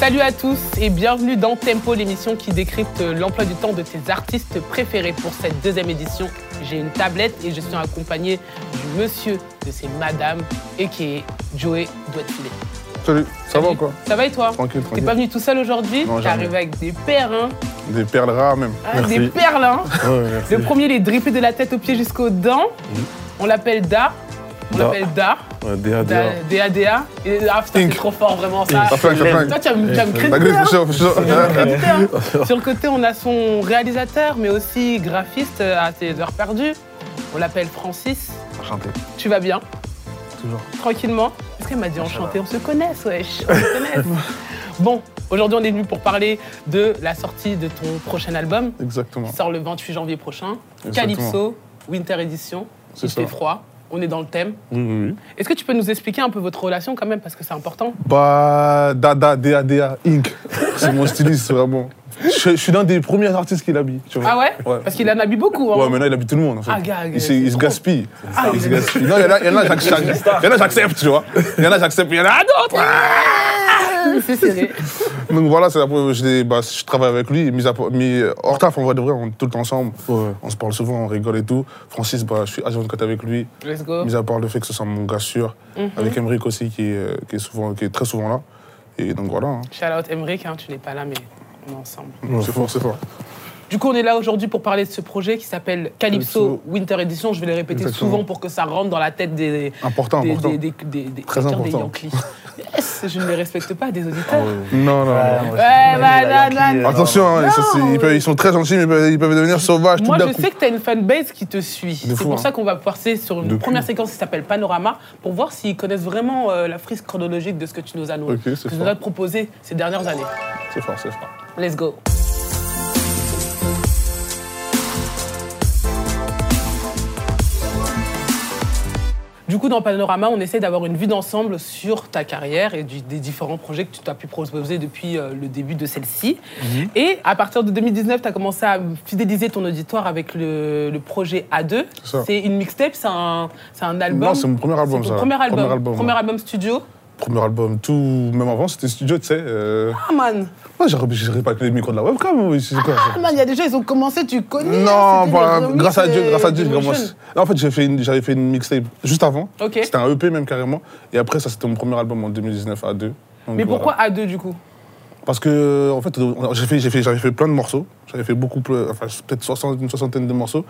Salut à tous et bienvenue dans Tempo, l'émission qui décrypte l'emploi du temps de tes artistes préférés. Pour cette deuxième édition, j'ai une tablette et je suis accompagné du monsieur de ces madames et qui est Joey Doitfilet. Salut, ça va ou quoi Ça va et toi Tranquille, T'es tranquille. pas venu tout seul aujourd'hui Non, T'es jamais. arrivé avec des paires, hein Des perles rares même. Ah, Merci. Des perles, hein Ouais, merci. Mm. Le premier, il est drippé de la tête aux pieds jusqu'aux dents. On l'appelle Da. On Da. l'appelle Da. Ouais, DA, Da- DA, DA. DA. Et, ah putain, c'est Inc. trop fort, vraiment ça. Ça flingue, ça flingue. Toi, tu vas me tu vas me créer La une grille, peur, fais chaud, fais chaud. hein. bah. Sur le côté, on a son réalisateur, mais aussi graphiste euh, à ses heures perdues. On l'appelle Francis. Enchanté, Tu vas bien toujours. Ah, tranquillement. Parce qu'elle m'a dit enchanté, on se connaisse, wesh. On se connaisse. bon, aujourd'hui on est venu pour parler de la sortie de ton prochain album Exactement. qui sort le 28 janvier prochain. Exactement. Calypso, Winter Edition. C'est Il fait ça. froid, on est dans le thème. Oui, oui, oui. Est-ce que tu peux nous expliquer un peu votre relation quand même parce que c'est important Bah, Dada, DA, DA, Inc. C'est mon styliste, vraiment. Je, je suis l'un des premiers artistes qui l'habille. tu vois. Ah ouais, Parce qu'il en habille beaucoup. hein. Ouais, mais là, il habille tout le monde. En fait. Ah, gars, gars, il, se- il c'est se trop. gaspille. Ah, il se il est- gaspille. Non, il y en a, il y en a, j'ac- j'ac- il y en a, j'accepte, tu vois. Il y en a, j'accepte, il y en a d'autres. hein. c'est serré. Donc voilà, c'est la preuve. Je, l'ai- bah, je travaille avec lui, mis, à, part- mis euh, hors taf, en vrai de vrai, on est tout le temps ensemble. On se parle souvent, on rigole et tout. Francis, bah, je suis agent de 4 avec lui, Let's go. mis à part le fait que ce soit mon gars sûr. Mhm. Avec Emric aussi, qui est, euh, qui, est souvent, qui est très souvent là. Et donc voilà, hein. Shout out Emric, hein, tu n'es pas là, mais on est ensemble. c'est fort, c'est fort. Du coup, on est là aujourd'hui pour parler de ce projet qui s'appelle Calypso Calypso. Winter Edition. Je vais le répéter Exactement. souvent pour que ça rentre dans la tête des, Important, des, important. des, des, des, des Très chroniqueurs des important. Yankees. Yes, je ne les respecte pas, des auditeurs. Non, non, non. Ouais, bah, non, non, non. Attention, hein, ça, c'est- Non, ils, peuvent- ils sont très gentils, mais ils peuvent, ils peuvent devenir sauvages Moi, tout d'un je coup. sais que tu as une fanbase qui te suit. De C'est fou, pour hein. ça qu'on va passer sur une De première fou. séquence qui s'appelle Panorama pour voir s'ils connaissent vraiment euh, la frise chronologique de ce que tu nous as, nous, Ok, c'est que tu fort. nous as proposé ces dernières années. C'est fort, c'est fort. Let's go. Du coup, dans Panorama, on essaie d'avoir une vue d'ensemble sur ta carrière et du- des différents projets que tu t'as pu proposer depuis euh, le début de celle-ci. Mhm. Et à partir de 2019, tu as commencé à fidéliser ton auditoire avec le, le projet A2. C'est ça. C'est une mixtape, c'est un, c'est un album. Non, c'est mon premier album, C'est ton ça. Premier album, Premier album, Premier ouais. album studio. Premier album, tout, même avant, c'était studio, tu sais. Euh... Ah man, Ouais, j'aurais- j'aurais pas que les micros de la webcam. ou c'est quoi, ça Ah, man, il y a des gens, ils ont commencé, tu connais. hein, Non, c'était bah, le remix grâce à Dieu, de- grâce à Dieu, de j'ai Motion. commencé. Non, En fait, j'ai fait une- j'avais fait une mixtape juste avant. Ok. C'était un EP même carrément. Et après, ça, c'était mon premier album en 2019 à 2. Mais pourquoi à deux du coup Parce que, en fait, on- j'ai fait, j'ai fait, j'avais fait plein de morceaux. J'avais fait beaucoup, plus- enfin, peut-être 60 une soixantaine de morceaux.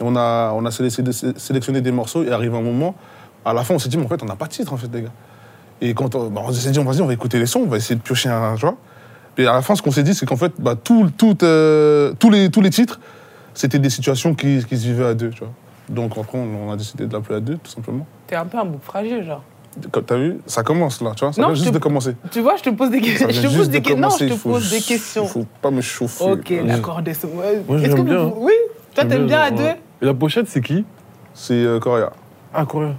Et on a, on a sélectionné, sélectionné des morceaux. Et arrive un moment, à la fin, on s'est dit, mais en fait, on n'a pas de titre, en fait, les gars. Et quand on, bah, on s'est dit, vas-y, on va écouter les sons, on va essayer de piocher un, tu vois. Et à la fin, ce qu'on s'est dit, c'est qu'en fait, bah, tout, tout, euh, tous, les, tous les titres, c'était des situations qui, qui se vivaient à deux, tu vois. Donc après, on, on a décidé de l'appeler à deux, tout simplement. T'es un peu un bouc fragile, genre. Comme t'as vu, ça commence là, tu vois. Ça Non, vient je juste te- de commencer. Tu vois, je te pose des Ça questions. Je vient te juste pose de des questions. Non, je commencer, te il faut pose des juste- questions. Il faut pas me chauffer. Ok, Euh, d'accord, des sous- ouais. Moi, Est-ce j'aime que bien, vous- hein. Oui Toi, t'aimes bien à deux Et la pochette, c'est qui C'est euh, Correa. Ah, Coréen.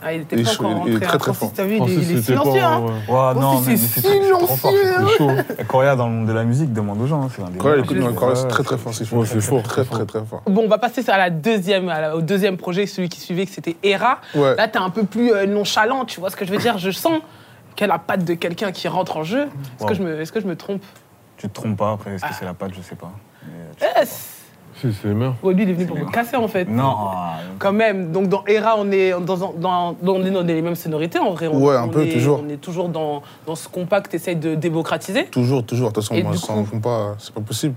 Ah, il était Il pas est chaud, encore il est rentré. très, hein. très Francis, fort. t'as vu, il est- il est silencieux, hein. Wow, Oh, non, si, mais c'est c'est trop fort, silencieux, c'est chaud. La Coréa dans le monde de la musique, demande aux gens, hein, c'est l'un des Correa, meilleurs. écoute, non, Ouais, Correa, ouais, c'est très très fort. C'est fort. c'est fort, Très c'est très très fort. Bon, on va passer à la deuxième, à la- au deuxième projet, celui qui suivait, que c'était Hera. Ouais. Là, t'es un peu plus euh, nonchalant, tu vois ce que je veux dire Je sens qu'elle a la patte de quelqu'un qui rentre en jeu. Est-ce que Wow. je me- est-ce que je me trompe Tu te trompes pas après, est-ce Ah. que c'est la patte, je sais pas. Mais euh, tu- Yes Si, c'est les mères. Ouais, Lui, il est venu pour me casser, en fait. Non, euh, Quand même, donc dans Hera, on est dans, dans, dans- on est dans les mêmes sonorités en vrai. On, Ouais, un on peu, est, toujours. On est toujours dans, dans ce compas que t'essayes de démocratiser. Toujours, toujours. De toute façon, Et moi, du sans coup- compas, c'est pas possible.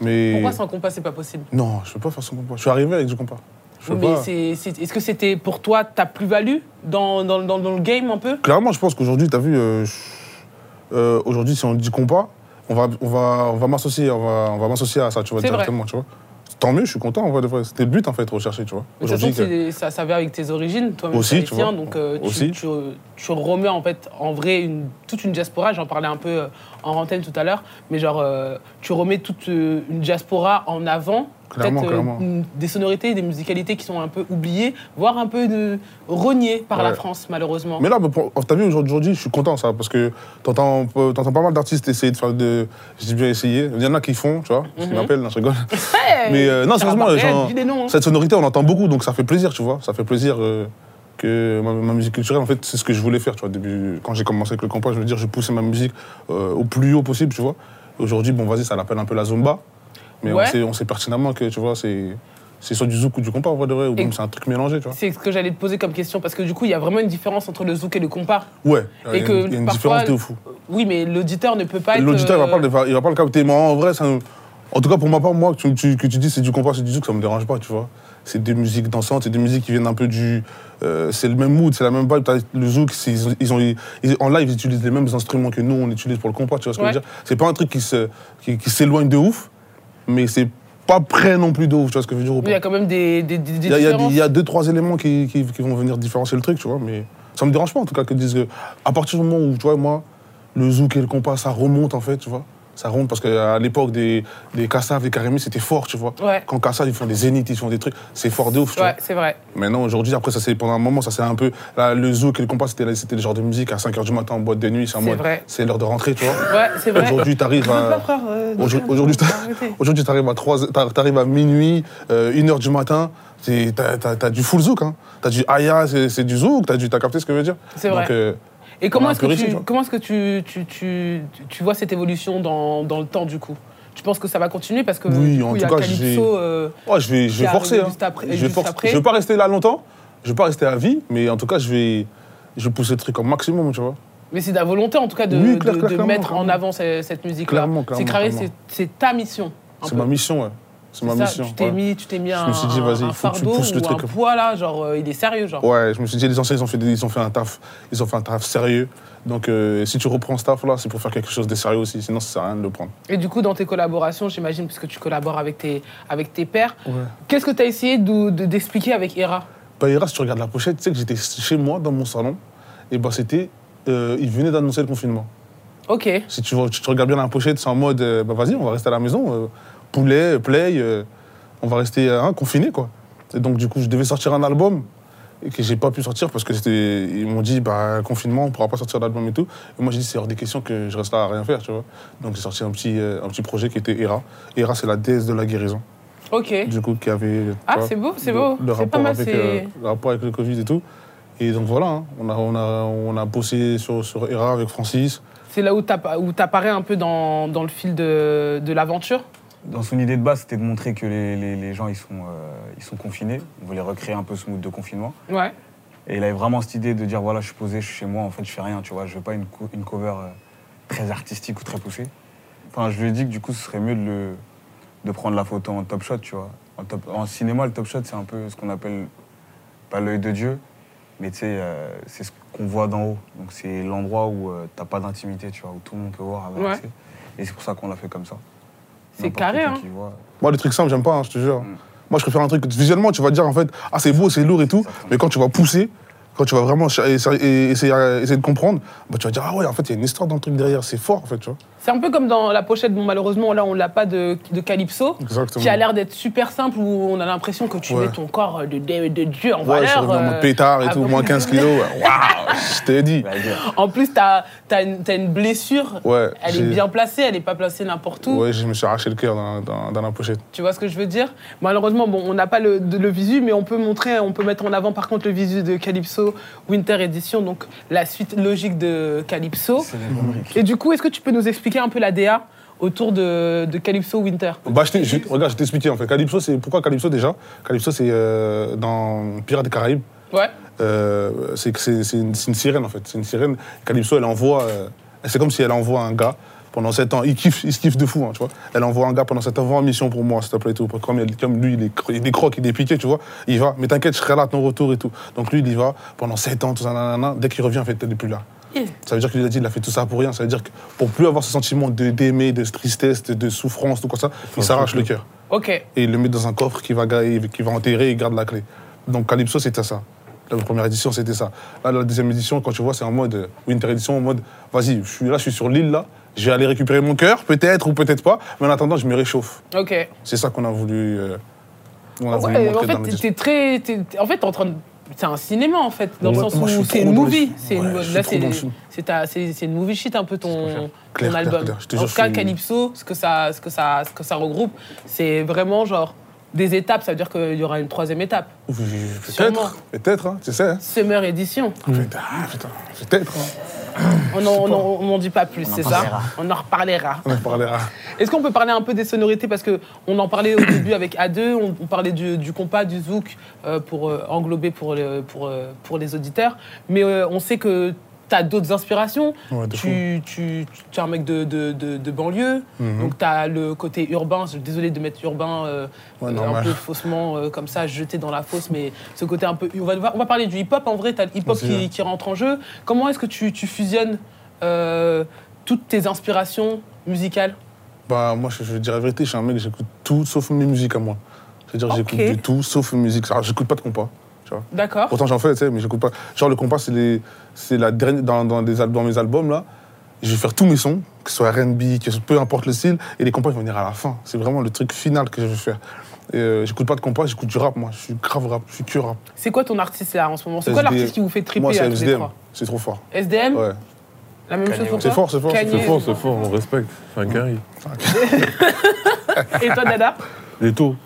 Mais. Pourquoi sans compas, c'est pas possible Non, je peux pas faire sans compas. Je suis arrivé avec du compas. Je peux Oui, Mais pas. c'est- c'est- est-ce que c'était pour toi ta plus-value dans, dans, dans, dans le game un peu Clairement, je pense qu'aujourd'hui, t'as vu, euh, je- euh, aujourd'hui, si on dit compas, on va, on va, on va m'associer, on va, on va m'associer à ça, tu vois, C'est vrai. directement, tu vois. Tant mieux, je suis content, en vrai, de vrai. C'était le but, en fait, recherché, tu vois. De toute façon, que- c'est- ça, ça vient avec tes origines, toi-même Aussi, tu tahitien, vois. donc euh, tu, Aussi. Tu, tu remets en fait en vrai une, toute une diaspora, j'en parlais un peu euh, en antenne tout à l'heure, mais genre euh, tu remets toute euh, une diaspora en avant, Clairement, peut-être euh, clairement. une- des sonorités, des musicalités qui sont un peu oubliées, voire un peu de, reniées par la Ouais. France malheureusement. Mais là, bah, pour- t'as vu, aujourd'hui, aujourd'hui, je suis content, ça, parce que t'entends t'entends pas mal d'artistes essayer de faire de. Je dis bien essayer. Il y en a qui font, tu vois, qui Mhm. m'appellent, non, je rigole. Hey, Mais euh, non, Sarah sérieusement, Barrel, genre, dis des noms, hein. cette sonorité, on l'entend beaucoup, donc ça fait plaisir, tu vois. Ça fait plaisir euh, que ma, ma musique culturelle, en fait, c'est ce que je voulais faire. Tu vois, au début, quand j'ai commencé avec le compas, je veux dire, je poussais ma musique euh, au plus haut possible, tu vois. Aujourd'hui, bon, vas-y, ça l'appelle un peu la zumba, mais Ouais. on, sait, on sait pertinemment que, tu vois, c'est c'est soit du zouk ou du compas, en vrai, de vrai, ou Et- même c'est un truc mélangé, tu vois. C'est ce que j'allais te poser comme question, parce que du coup, il y a vraiment une différence entre le zouk et le compas. Ouais, il y a que une, il y a une parfois, différence de fou. Oui, mais l'auditeur ne peut pas être. L'auditeur, il va euh, pas le- il va, il va pas le capter. Mais en vrai, ça, me- en tout cas, pour ma part, moi, que tu, tu- que tu dis c'est du compas, c'est du zouk, ça me dérange pas, tu vois. C'est des musiques dansantes, c'est des musiques qui viennent un peu du. euh, c'est le même mood, c'est la même vibe. T'as Le zouk, c'est- ils ont, ils ont- ils- en live, ils utilisent les mêmes instruments que nous, on utilise pour le compas, tu vois ce que je veux Ouais. dire C'est pas un truc qui se- qui- qui s'éloigne de ouf, mais c'est pas près non plus de ouf, tu vois ce que je veux dire ou Il y pas a quand même des, des, des- des Il y a- il y, a- différences. il y a deux, trois éléments qui, qui- qui vont venir différencier le truc, tu vois, mais ça me dérange pas en tout cas que disent que à partir du moment où, tu vois, moi, le zouk et le compas, ça remonte en fait, tu vois. Ça remonte parce qu'à l'époque des, des Kassav, des Karimi, c'était fort, tu vois. Ouais. Quand Kassav, ils font des zéniths, ils font des trucs, c'est fort de ouf, tu vois. Ouais, c'est vrai. Maintenant, aujourd'hui, après, ça c'est pendant un moment, ça c'est un peu. là, le zouk et le compas, c'était c'était le genre de musique à 5 h du matin en boîte de nuit, c'est en C'est mode, vrai. C'est l'heure de rentrer, tu vois. Ouais, c'est vrai. Aujourd'hui, t'arrives Je veux pas à. croire, euh, Aujourd'hui, Dorian, aujourd'hui, faut t'ar- arrêter. aujourd'hui, t'arrives à, trois- t'ar- t'arrives à minuit, 1h du matin, t'es- t'as t'as- t'as du full zouk. Hein. T'as du aya, c'est c'est du zouk, t'as du- t'as capté ce que je veux dire C'est vrai. Donc, euh, Et comment un est-ce que, puriste, tu, tu vois. comment est-ce que tu, tu, tu, tu vois cette évolution dans, dans le temps, du coup Tu penses que ça va continuer Parce que Oui, du coup, en il y tout a cas, Calypso. euh, ouais, je vais, je vais Qui forcer. arrive Hein. juste après- je, vais juste forcer. après. je vais pas rester là longtemps, je vais pas rester à vie, mais en tout cas, je vais, je vais pousser le truc au maximum, tu vois. Mais c'est de la volonté, en tout cas, de, Oui, clair- de- clair- de clairement, mettre en clairement. avant ce- cette musique-là. Clairement, C'est clairement, carré, clairement. c'est- c'est ta mission. un C'est peu. ma mission, ouais. C'est ma ça, mission. Tu t'es ouais. mis, tu t'es mis un, me suis dit, vas-y, un il faut que tu fardeau pousses le ou un truc. hein. poids, là, genre, euh, il est sérieux, genre. Ouais, je me suis dit, les anciens, ils ont fait, des- ils ont fait un taf. Ils ont fait un taf sérieux. Donc, euh, si tu reprends ce taf-là, c'est pour faire quelque chose de sérieux aussi. Sinon, ça sert à rien de le prendre. Et du coup, dans tes collaborations, j'imagine, puisque tu collabores avec tes, avec tes pairs, qu'est-ce que tu as essayé de- de- d'expliquer avec Hera Païra, si tu regardes la pochette, tu sais que j'étais chez moi, dans mon salon. Et bah, c'était. euh, ils venaient d'annoncer le confinement. Ok. Si tu, vois- tu te regardes bien la pochette, c'est en mode, euh, bah, vas-y, on va rester à la maison. euh, poulet, play, euh, on va rester euh, hein, confiné, quoi. Et donc, du coup, je devais sortir un album et que j'ai pas pu sortir parce que c'était. Ils m'ont dit, bah, confinement, on pourra pas sortir d'album et tout. Et moi, j'ai dit, c'est hors des questions que je reste là à rien faire, tu vois. Donc, j'ai sorti un petit, euh, un petit projet qui était Hera. Hera, c'est la déesse de la guérison Ok. du coup, qui avait. tu Ah, vois, c'est beau, c'est le- beau. Le C'est rapport, pas mal, avec, c'est- euh, le rapport avec le Covid et tout. Et donc voilà, hein, on, a, on, a, on a bossé sur, sur Era avec Francis. C'est là où t'appa- où t'apparais un peu dans, dans le fil de, de l'aventure. Dans son idée de base, c'était de montrer que les, les- les gens ils sont, euh, ils sont confinés. On voulait recréer un peu ce mood de confinement. Ouais. Et il avait vraiment cette idée de dire voilà, je suis posé, je suis chez moi, en fait, je fais rien, tu vois. Je veux pas une, co- une cover euh, très artistique ou très poussée. Enfin, je lui ai dit que du coup, ce serait mieux de, le- de prendre la photo en top shot, tu vois. En, top- en cinéma, le top shot, c'est un peu ce qu'on appelle pas l'œil de Dieu, mais tu sais, euh, c'est ce qu'on voit d'en haut. Donc, c'est l'endroit où euh, t'as pas d'intimité, tu vois, où tout le monde peut voir. avoir Ouais. accès. Et c'est pour ça qu'on l'a fait comme ça. C'est N'importe carré, qui hein. qui voit. Moi, les trucs simples, j'aime pas, hein, je te jure. Mm. Moi, je préfère un truc que visuellement, tu vas dire en fait, ah, c'est beau, c'est lourd et tout. Exactement. Mais quand tu vas pousser, quand tu vas vraiment ch- essa- et- essayer, essayer de comprendre, bah, tu vas dire, ah ouais, en fait, il y a une histoire dans le truc derrière, c'est fort, en fait, tu vois. C'est un peu comme dans la pochette, bon, malheureusement, là, on l'a pas de, de Calypso, Exactement. qui a l'air d'être super simple, où on a l'impression que tu Ouais. mets ton corps euh, de, de- de Dieu en Ouais, je suis valeur. revenu en euh, mode pétard et ah tout, bon. moins 15 kilos. ouais. Waouh, je t'ai dit. La guerre. En plus, t'as as une, t'as une blessure. Ouais, Elle est j'ai- bien placée, elle n'est pas placée n'importe où. Ouais, je me suis arraché le cœur dans, dans- dans la pochette. Tu vois ce que je veux dire Malheureusement, bon, on n'a pas le, de- le visu, mais on peut montrer, on peut mettre en avant par contre le visu de Calypso Winter Edition, donc la suite logique de Calypso. C'est la rubrique. Et du coup, est-ce que tu peux nous expliquer un peu la DA autour de, de Calypso Winter Bah, je t'ai- je- regarde, je t'ai expliqué en fait. Calypso, c'est pourquoi Calypso déjà Calypso, c'est euh, dans Pirates des Caraïbes. Ouais. Euh, c'est que c'est c'est une, c'est une sirène en fait. C'est une sirène. Calypso, elle envoie. euh, c'est comme si elle envoie un gars pendant 7 ans. Il kiffe, il se kiffe de fou, hein, tu vois. Elle envoie un gars pendant 7 ans. Va en mission pour moi, s'il te plaît, et tout. Comme, il- comme lui, il est, cro- il est croque, il est piqué, tu vois. Il va. Mais t'inquiète, je serai là à ton retour et tout. Donc lui, il y va pendant 7 ans, tout ça, nanana. Dès qu'il revient, en fait, elle n'est plus là. Yeah. Ça veut dire qu'il a dit il a fait tout ça pour rien. Ça veut dire que pour plus avoir ce sentiment de- d'aimer, de, tristesse, de, de souffrance, tout comme ça, il s'arrache le cœur Ok. et il le met dans un coffre qui va, ga- qui va enterrer et il garde la clé. Donc Calypso, c'était ça. La première édition, c'était ça. Là, la deuxième édition, quand tu vois, c'est en mode euh, Winter Edition, en mode vas-y, je suis là, je suis sur l'île là, je vais aller récupérer mon cœur, peut-être ou peut-être pas, mais en attendant, je me réchauffe. Ok. C'est ça qu'on a voulu. euh, on a voulu Ouais, en montrer fait, dans t'es- l'édition. t'es très. t'es- t'es- en fait, t'es en train de. C'est un cinéma en fait, dans le Moi- sens moi, je où suis c'est trop une dans le movie. film. C'est une- Ouais, je suis là, trop dans le c'est film. c'est ta- c'est- c'est une movie shit un peu ton, Claire, ton claire, album. claire, je te En jure, tout cas, c'est- Calypso, ce que ça, ce que ça, ce que ça regroupe, c'est vraiment genre des étapes, ça veut dire qu'il y aura une troisième étape. Sûrement. Peut-être, peut-être, hein, tu sais. hein. Summer édition. Putain, putain, peut-être. hein. On n'en on, n'en dit pas plus, c'est ça parlera. On en reparlera. On en ah. parlera. Est-ce qu'on peut parler un peu des sonorités Parce qu'on en parlait au début avec A2, on, on parlait du, du compas, du zouk, euh, pour euh, englober pour, le- pour, euh, pour les auditeurs. Mais euh, on sait que tu as d'autres inspirations. Ouais, de tu, tu, tu es un mec de, de, de- de banlieue, Mhm. donc tu as le côté urbain. Je suis désolé de mettre urbain euh, Ouais, euh, un normal. peu faussement euh, comme ça, jeté dans la fosse, mais ce côté un peu. On va, on va parler du hip-hop en vrai, tu as le hip-hop Vas-y, qui, ouais. qui rentre en jeu. Comment est-ce que tu, tu fusionnes euh, toutes tes inspirations musicales Bah, moi, je, je vais dire la vérité, je suis un mec, j'écoute tout sauf mes musiques à moi. C'est-à-dire, j'écoute Ok. de tout sauf mes musiques. Alors, J'écoute pas de compas. tu vois. D'accord Pourtant, j'en fais, tu sais, mais j'écoute pas. Genre, le compas, c'est les- c'est la dernière. Dans, dans, des al- dans mes albums, là, je vais faire tous mes sons, que ce soit RB, que ce- peu importe le style, et les compas, ils vont venir à la fin. C'est vraiment le truc final que je vais faire. Et, euh, j'écoute pas de compas, j'écoute du rap, moi. Je suis grave rap, je suis que rap. C'est quoi ton artiste là en ce moment C'est quoi SDM. l'artiste qui vous fait triper moi, c'est à tous les FDM. trois Hmm. C'est trop fort. SDM Ouais. La même chose pour toi C'est fort, c'est fort, Kanye. C'est fort, c'est fort, on respecte. C'est un carry. Et toi, Dada Les taux.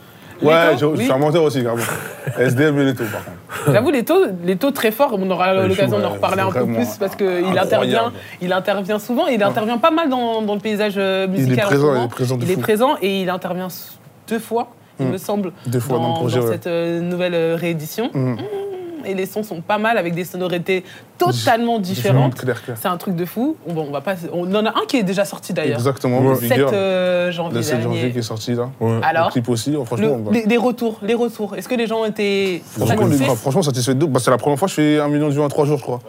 taux, Ouais, je, je oui. suis un menteur aussi, grave. SDM et les taux, par contre. J'avoue, les taux, les taux très forts, on aura Ouais, l'occasion ouais, d'en reparler un peu vraiment plus parce qu'il incroyable. intervient, il intervient souvent, il intervient pas mal dans, dans le paysage euh, est musical. en ce présent, il moment. est présent de Il est fou. présent et il intervient s- deux fois, il Mm. me semble, Deux fois dans le projet, ouais. cette euh, nouvelle euh, réédition. Mm. Et les sons sont pas mal avec des sonorités totalement différentes. Clair, clair. C'est un truc de fou. Bon, on, va pas, on en a un qui est déjà sorti d'ailleurs. Exactement, Ouais. le 7 Vigueur, euh, janvier le 7 dernier. janvier qui est sorti là. Ouais. le Alors, clip aussi, oh, le- franchement. bah, les, les retours, les retours. Est-ce que les gens étaient Franchement, on est grave, satisfaits franchement, satisfait de ouf. bah, C'est la première fois que je fais un million de vues en trois jours, je crois.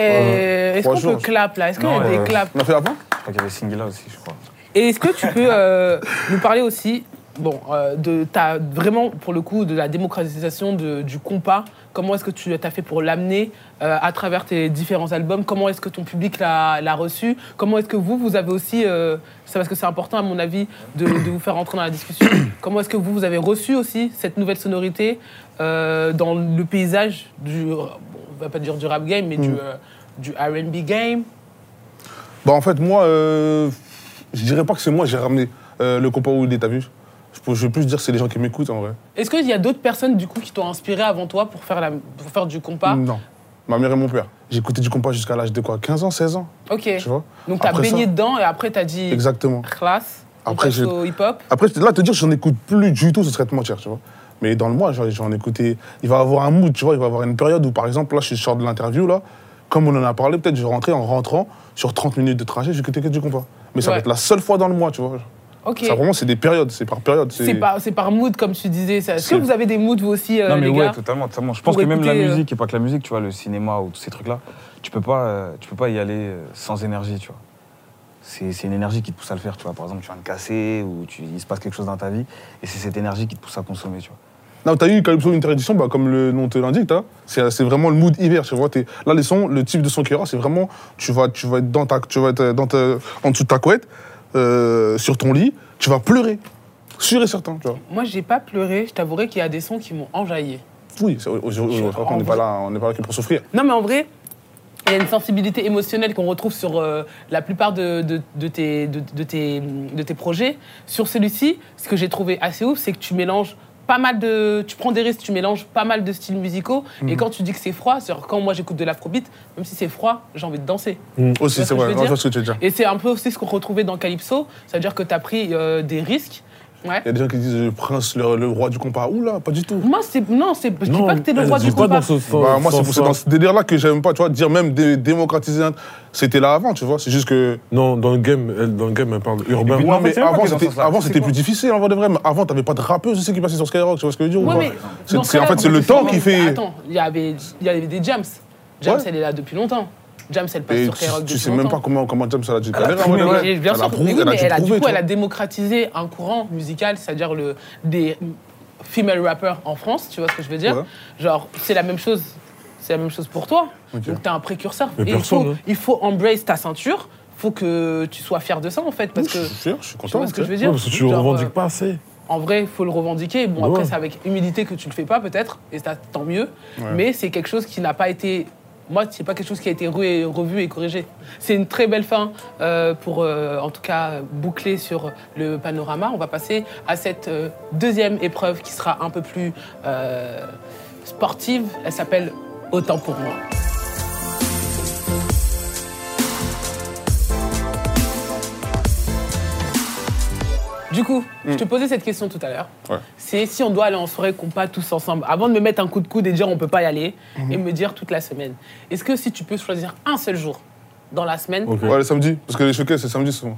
Eh, Est-ce qu'on Franchement, peut clap là Est-ce qu'il y Non, a des euh, claps On a fait la fin Je crois qu'il y avait Singila aussi, je crois. Et est-ce que tu peux euh, nous parler aussi Bon, euh, de ta, vraiment pour le coup de la démocratisation de- du compas. Comment est-ce que tu as fait pour l'amener euh, à travers tes différents albums Comment est-ce que ton public l'a l'a reçu Comment est-ce que vous, vous avez aussi, euh, c'est parce que c'est important à mon avis de, de vous faire rentrer dans la discussion. Comment est-ce que vous, vous avez reçu aussi cette nouvelle sonorité euh, dans le paysage du, bon, on va pas dire du rap game, mais du, euh, du R&B game Bah, en fait, moi, euh, je dirais pas que c'est moi qui j'ai ramené euh, le compas où il est, t'as vu je, peux- je vais plus dire que c'est les gens qui m'écoutent en vrai. Est-ce qu'il y a d'autres personnes du coup qui t'ont inspiré avant toi pour faire, la, pour faire du compas Non. Ma mère et mon père. J'écoutais du compas jusqu'à l'âge de quoi 15 ans, 16 ans, Ok. tu vois Donc t'as Après baigné ça- dedans et après t'as dit Exactement. classe. on Après, passe j'ai- au hip-hop. Après, là, te dire que j'en écoute plus du tout, ce serait te mentir, tu vois. Mais dans le mois, j'en- j'en écoutais. Il va avoir un mood, tu vois. Il va avoir une période où, par exemple, là, je suis sort de l'interview, là. Comme on en a parlé, peut-être je rentrais en rentrant sur 30 minutes de trajet, j'écoutais que du compas. Mais ça Ouais. va être la seule fois dans le mois, tu vois. Ok. Ça, vraiment, c'est des périodes, c'est par période. C'est par, c'est par mood comme tu disais. ça. Est-ce que C'est- vous avez des moods vous aussi euh, non, mais les ouais, gars totalement, totalement. Je Pour pense que même la écouter, euh, musique, et pas que la musique, tu vois, le cinéma ou tous ces trucs-là, tu peux pas, euh, tu peux pas y aller euh, sans énergie, tu vois. C'est c'est une énergie qui te pousse à le faire, tu vois. Par exemple, tu viens de casser ou tu, il se passe quelque chose dans ta vie, et c'est cette énergie qui te pousse à consommer, tu vois. Non, t'as eu Calypso Interdiction, bah, comme le nom te l'indique, hein. c'est c'est vraiment le mood hiver, tu vois. T'es- Là, les sons, le type de son qu'il y aura, c'est vraiment, tu vas, tu vas être, dans ta, tu vas être dans ta- en dessous de ta couette, euh, sur ton lit, tu vas pleurer. Sûr et certain, tu vois. Moi j'ai pas pleuré. Je t'avouerai qu'il y a des sons qui m'ont enjaillé. Oui, c'est- aujourd'hui, Je- aujourd'hui, on n'est pas là, on n'est pas là que pour souffrir. Non, mais en vrai, il y a une sensibilité émotionnelle qu'on retrouve sur euh, la plupart de, de- de tes, de, de tes, de tes projets. Sur celui-ci, ce que j'ai trouvé assez ouf, c'est que tu mélanges pas mal de. Tu prends des risques, tu mélanges pas mal de styles musicaux. Et Mhm. quand tu dis que c'est froid, c'est-à-dire quand moi j'écoute de l'afrobeat, même si c'est froid, j'ai envie de danser. Aussi, Tu vois ce que je c'est veux vrai, non, dire je vois ce que tu veux dire. Et c'est un peu aussi ce qu'on retrouvait dans Calypso, c'est-à-dire que tu as pris euh, des risques. Ouais. Il y a des gens qui disent le prince, le, le roi du compas. Oula, pas du tout. Moi, c'est. Non, c'est. Je dis Non, pas que t'es le elle roi dit du pas combat. dans ce sens- Bah, moi, c'est sens- pour- c'est dans ce délire-là que j'aime pas, tu vois, dire même dé- démocratiser. un- C'était là avant, tu vois, c'est juste que. Non, dans le game, elle, dans le game, elle parle urbain. puis, Ouais, moi, en fait, mais c'est même pas avant, que dans ce c'était- sens-là. avant, C'est c'était quoi plus difficile, en vrai de vrai. Mais avant, t'avais pas de rappeuse, c'est ce qui passait sur Skyrock, tu vois ce que je veux dire ou Ouais, mais pas C'est- dans ce c'est- En cas-là, fait, c'est moi, le je temps suis qui vraiment- fait. Attends, il y avait, il y avait des Jams. Jams, Ouais. elle est là depuis longtemps. Jams, elle passe Et sur tu, Skyrock tu depuis sais même pas longtemps. comment, comment James elle a dû a galérer, en vrai prouvé, de vrai. Mais bien Elle a sûr, mais prouvé, oui, elle a mais dû elle a, du prouver, coup, tu elle a vois. démocratisé un courant musical, c'est-à-dire le, des female rappers en France, tu vois ce que je veux dire Ouais. Genre, c'est la même chose. C'est la même chose pour toi. Ok. Donc, t'es un précurseur. Mais Et il personne, faut, hein. il faut embrace ta ceinture. Faut que tu sois fier de ça, en fait. Parce Je que, suis fier, je suis tu vois content. ce que tu je veux sais. dire Ouais, parce que tu le Genre, revendiques euh, pas assez. en vrai, il faut le revendiquer. Bon, après, Ouais. c'est avec humilité que tu le fais pas, peut-être, et ça, tant mieux. Mais c'est quelque chose qui n'a pas été moi, c'est pas quelque chose qui a été re- revu et corrigé. C'est une très belle fin euh, pour, euh, en tout cas, boucler sur le panorama. On va passer à cette euh, deuxième épreuve qui sera un peu plus euh, sportive. Elle s'appelle Autant pour moi. Du coup, je te posais cette question tout à l'heure. Mm. Ouais. C'est si on doit aller en soirée compas tous ensemble, avant de me mettre un coup de coude et dire on peut pas y aller, Mm-hmm. et me dire toute la semaine. Est-ce que si tu peux choisir un seul jour dans la semaine, Ok. Ouais, le samedi. Parce que les choquets, c'est samedi souvent.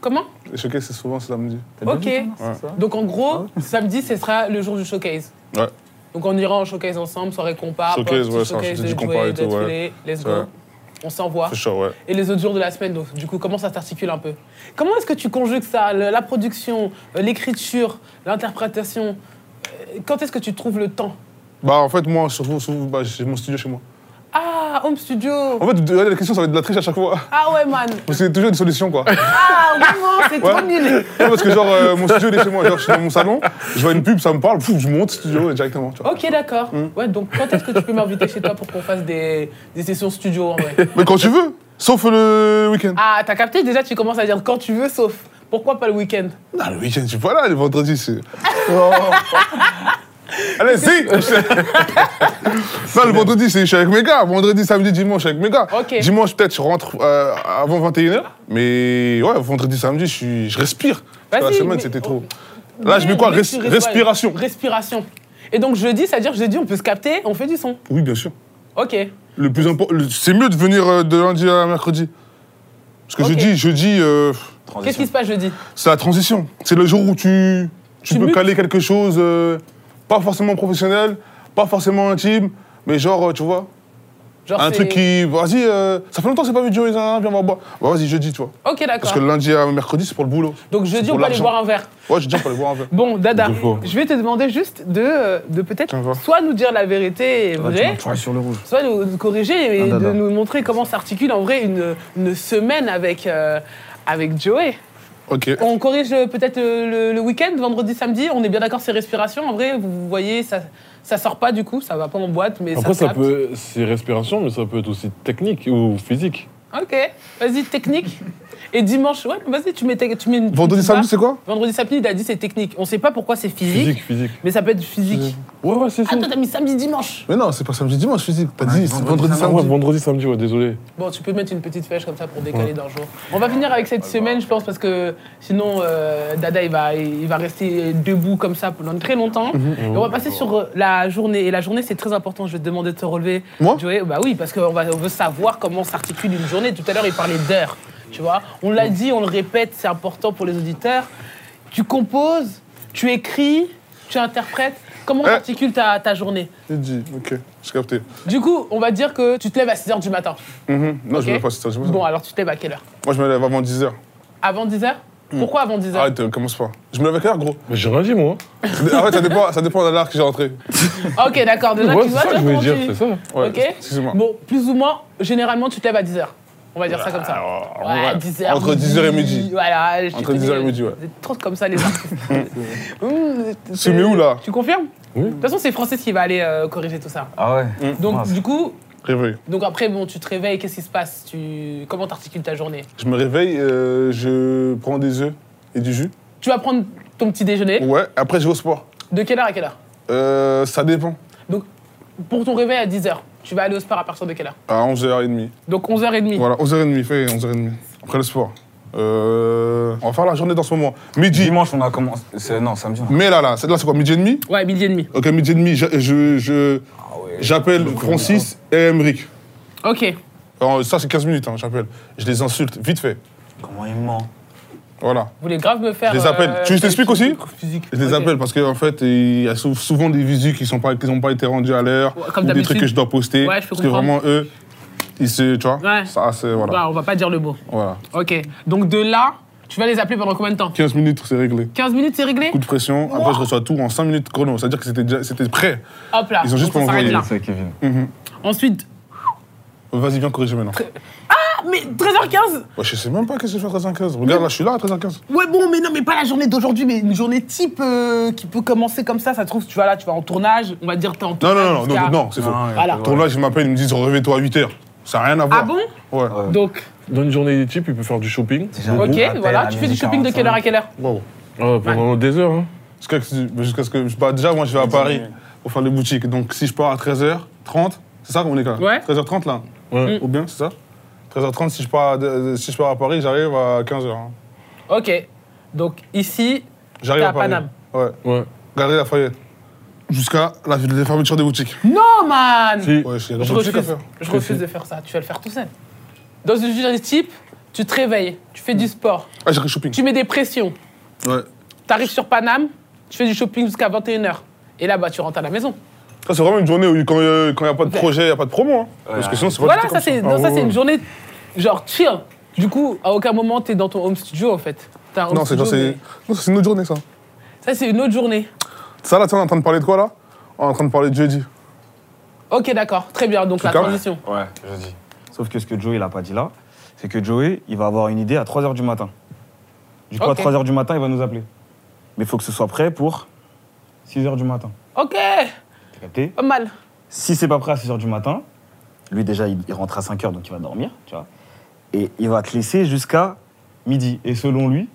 comment Les choquets, c'est souvent samedi. Ok. Donc en Ah gros, samedi, ce sera le jour du showcase. Ouais. Donc on ira en showcase ensemble, soirée compas, potes, Showcase, ouais, petit c'est un showcase de du compas jouets, et tout, ouais. d'ateliers, let's go. Ouais. On s'envoie. C'est chaud, ouais. Et les autres jours de la semaine, donc, du coup, comment ça s'articule un peu Comment est-ce que tu conjugues ça le- La production, euh, l'écriture, l'interprétation euh, Quand est-ce que tu trouves le temps Bah, en fait, moi, surtout, surtout, bah, j'ai mon studio chez moi. Ah, home studio En fait, de- la question, ça va être de la triche à chaque fois. Ah ouais, man Parce qu'il y a toujours des solutions, quoi. Ah, vraiment, c'est trop nul Non, parce que, genre, euh, mon studio, il est chez moi. Genre, je suis dans mon salon, je vois une pub, ça me parle, pouf, je monte studio et directement, tu vois. Ok, d'accord. Hmm. Ouais, donc quand est-ce que tu peux m'inviter chez toi pour qu'on fasse des, des sessions studio en vrai Mais quand tu veux, sauf le week-end. Ah, t'as capté Déjà, tu commences à dire quand tu veux, sauf. Pourquoi pas le week-end Non, Ah, le week-end, je suis pas là, le vendredi, c'est. Oh. Allez, si Non, le vendredi, c'est- je suis avec mes gars. Vendredi, samedi, dimanche, je suis avec mes gars. Ok. Dimanche, peut-être, je rentre euh, avant 21h. Mais ouais, vendredi, samedi, je, suis... je respire. Parce que Vas-y, la semaine, mais- oh. c'était trop. Là, je mets quoi Mais Res- tu restes- Respiration. ouais, Respiration. Et donc jeudi, c'est-à-dire jeudi, on peut se capter, on fait du son. Oui, bien sûr. Ok. Le plus important, le- c'est mieux de venir euh, de lundi à mercredi. Parce que Ok. jeudi, jeudi, euh, Qu'est-ce qui se passe jeudi c'est la transition. C'est le jour où tu, tu, Tu peux mutes. caler quelque chose, euh, pas forcément professionnel, pas forcément intime, mais genre, euh, tu vois, Genre, un c'est- truc qui. Vas-y, euh, ça fait longtemps que c'est pas vu Joey, viens, viens, on va boire. Bah, vas-y, jeudi, tu vois. Ok, Parce d'accord. que lundi à mercredi, c'est pour le boulot. Donc jeudi, c'est on pour peut aller l'argent. boire un verre. Ouais, je dis, on peut aller boire un verre. Bon, Dada, Deux fois. je vais te demander juste de, euh, de Tiens, peut-être vois. soit nous dire la vérité vraie, Tu vas sur le rouge. soit nous, nous corriger Ah, Un et de dada. nous montrer comment s'articule en vrai une, une semaine avec, euh, avec Joey. Ok. On corrige euh, peut-être euh, le, le week-end, vendredi, samedi. On est bien d'accord, c'est respiration. En vrai, vous voyez, ça, ça sort pas du coup, ça va pas en boîte, mais Après, ça, se ça capte. peut. C'est respiration, mais ça peut être aussi technique ou physique. Ok, vas-y, technique. Et dimanche, ouais, vas-y, tu mets, ta- tu mets une. Vendredi, tu samedi, vas. c'est quoi Vendredi, samedi, il a dit c'est technique. On sait pas pourquoi c'est physique, Physique, physique. mais ça peut être physique. Ouais, ouais, c'est ça. Ah, toi, t'as mis samedi, dimanche. Mais non, c'est pas samedi, dimanche, physique. T'as dit, c'est vendredi, Ah ouais, samedi. vendredi, samedi, ouais, désolé. Bon, tu peux mettre une petite flèche comme ça pour décaler d'un jour. On va finir avec cette semaine, je pense, parce que sinon, euh, Dada, il va, il va rester debout comme ça pendant très longtemps. Mhm, Et on va passer sur euh, la journée. Et la journée, c'est très important. Je vais te demander de te relever. Moi Joey. Bah oui, parce qu'on va- on veut savoir comment s'articule une journée. Tout à l'heure, il parlait d'heures. Tu vois On Mhm. l'a dit, on le répète, c'est important pour les auditeurs. Tu composes, tu écris, tu interprètes. Comment Eh. s'articule ta, ta journée J'ai dit, ok, j'ai capté. Du coup, on va dire que tu te lèves à 6 h du matin. Mhm. Non, Ok. je me lève pas, c'est ça, je me lève. Bon, alors tu te lèves à quelle heure Moi, je me lève avant 10h. Avant 10h Pourquoi avant 10h Arrête, euh, commence pas. Je me lève à quelle heure, gros Mais j'ai rien dit, moi. En fait, ça dépend, ça dépend de l'art que j'ai rentré. Ok, d'accord, déjà Ouais, tu c'est vois, ça que toi, je voulais comment dire, tu- c'est ça. Ouais, Ok. Excuse-moi. Bon, plus ou moins, généralement, tu te lèves à 10h. On va dire ça comme ça. Ouais, 10h. Entre 10h et midi. Voilà, je te Entre 10h et connais, midi, ouais. Vous êtes trop comme ça, les artistes. Mmh, C'est mieux où, là Tu confirmes Oui. De toute façon, c'est Francis qui va aller euh, corriger tout ça. Ah ouais Donc, Mince. du coup, Réveil. donc après, bon, tu te réveilles, qu'est-ce qui se passe tu... Comment t'articules ta journée Je me réveille, euh, je prends des œufs et du jus. Tu vas prendre ton petit déjeuner. Ouais, après je vais au sport. De quelle heure à quelle heure Euh, ça dépend. Donc, pour ton réveil à 10h, tu vas aller au sport à partir de quelle heure À 11h30. Donc 11h30. Voilà, 11h30, fait 11h30. Après le sport. Euh, on va faire la journée dans ce moment. Midi. Dimanche, on a commencé. c'est- Non, samedi. non. Mais là, là, c'est- là c'est quoi Midi et demi Ouais, midi et demi. Ok, midi et demi, j'a- je- je- Ah j'appelle Francis et Emric. Ok. Alors, ça c'est 15 minutes, hein, j'appelle. Je les insulte, vite fait. Comment il ment Voilà. Vous voulez grave me faire. euh, Je les appelle. Tu les expliques aussi Physique. Je les Ok. appelle parce qu'en fait, il y a sou- souvent des visites qui n'ont pas, qui ont pas été rendues à l'heure, Ouais, comme ou des d'habitude. trucs que je dois poster. Ouais, je peux parce que comprendre. vraiment, eux, ils se. Tu vois Ouais. ça, c'est- voilà. Bah, on va pas dire le mot. voilà. Ok. Donc de là, tu vas les appeler pendant combien de temps 15 minutes, c'est réglé. 15 minutes, c'est réglé Coup de pression, après je reçois tout en 5 minutes chrono. C'est-à-dire que c'était déjà- c'était prêt. Hop là. Ils ont juste on pas s'arrête envoyé. là. C'est Kevin. Ensuite, ah, Vas-y, viens corriger maintenant. mais 13h15 Ouais, je sais même pas qu'est-ce que je fais à 13h15. Regarde, là, je suis là à 13h15. Ouais, bon, mais non, mais pas la journée d'aujourd'hui, mais une journée type euh, qui peut commencer comme ça. Ça se trouve, tu vas là, tu vas en tournage, on va dire t'es en Non, tournage. non, non, non, jusqu'à- non, non, c'est faux. Non, Voilà. Ton là, je m'appelle, ils me disent réveille-toi à 8h. Ça n'a rien à Ah voir. bon Ouais. Donc, Dans une journée des types, il peut faire du shopping. Déjà, ok, à peine voilà, à tu fais du shopping de quelle heure à quelle heure Wow. Ah, pendant des heures. Hein. Jusqu'à que- jusqu'à ce que. je- bah, déjà, moi, je vais à Paris pour faire les boutiques. Donc, si je pars à 13h30, c'est ça qu'on est quand même Ouais. Mm. 13h30 là Ouais. Ou bien, c'est ça 13h30, si je pars à, de- si je pars à Paris, j'arrive à 15h. hein. Ok. Donc, ici, J'arrive T'es à à Paris. Paname. Ouais. Ouais. Galerie Lafayette. Jusqu'à la, la fermeture des boutiques. non, man Si. Ouais, il y a des Je boutiques à refuse, faire. je refuse de faire ça, tu vas le faire tout seul. Dans une journée type, tu te réveilles, tu fais du sport, Ah, j'ai shopping. tu mets des pressions, Ouais. t'arrives sur Paname, tu fais du shopping jusqu'à 21h. Et là-bas, tu rentres à la maison. Ça, c'est vraiment une journée où, quand il n'y a pas de projet, il n'y a pas de promo. hein. Parce que sinon, c'est pas du Voilà, tout ça comme c'est Ah, non, ça, ouais, c'est ouais. une journée genre chill. Du coup, à aucun moment t'es dans ton home studio en fait. T'as un home Non, c'est studio, genre, c'est mais- non, ça, c'est une autre journée, ça. Ça c'est une autre journée. Ça, là, tu sais, on est en train de parler de quoi, là On est en train de parler de jeudi. Ok, d'accord, très bien. Donc la calme transition. Ouais, je dis. Sauf que ce que Joey, il a pas dit là, c'est que Joey, il va avoir une idée à 3h du matin. Du coup, Ok. à 3h du matin, il va nous appeler. Mais il faut que ce soit prêt pour 6h du matin. Ok, T'as capté pas mal. Si c'est pas prêt à 6h du matin, lui déjà, il, il rentre à 5h, donc il va dormir, tu vois. Et il va te laisser jusqu'à midi. Et selon lui,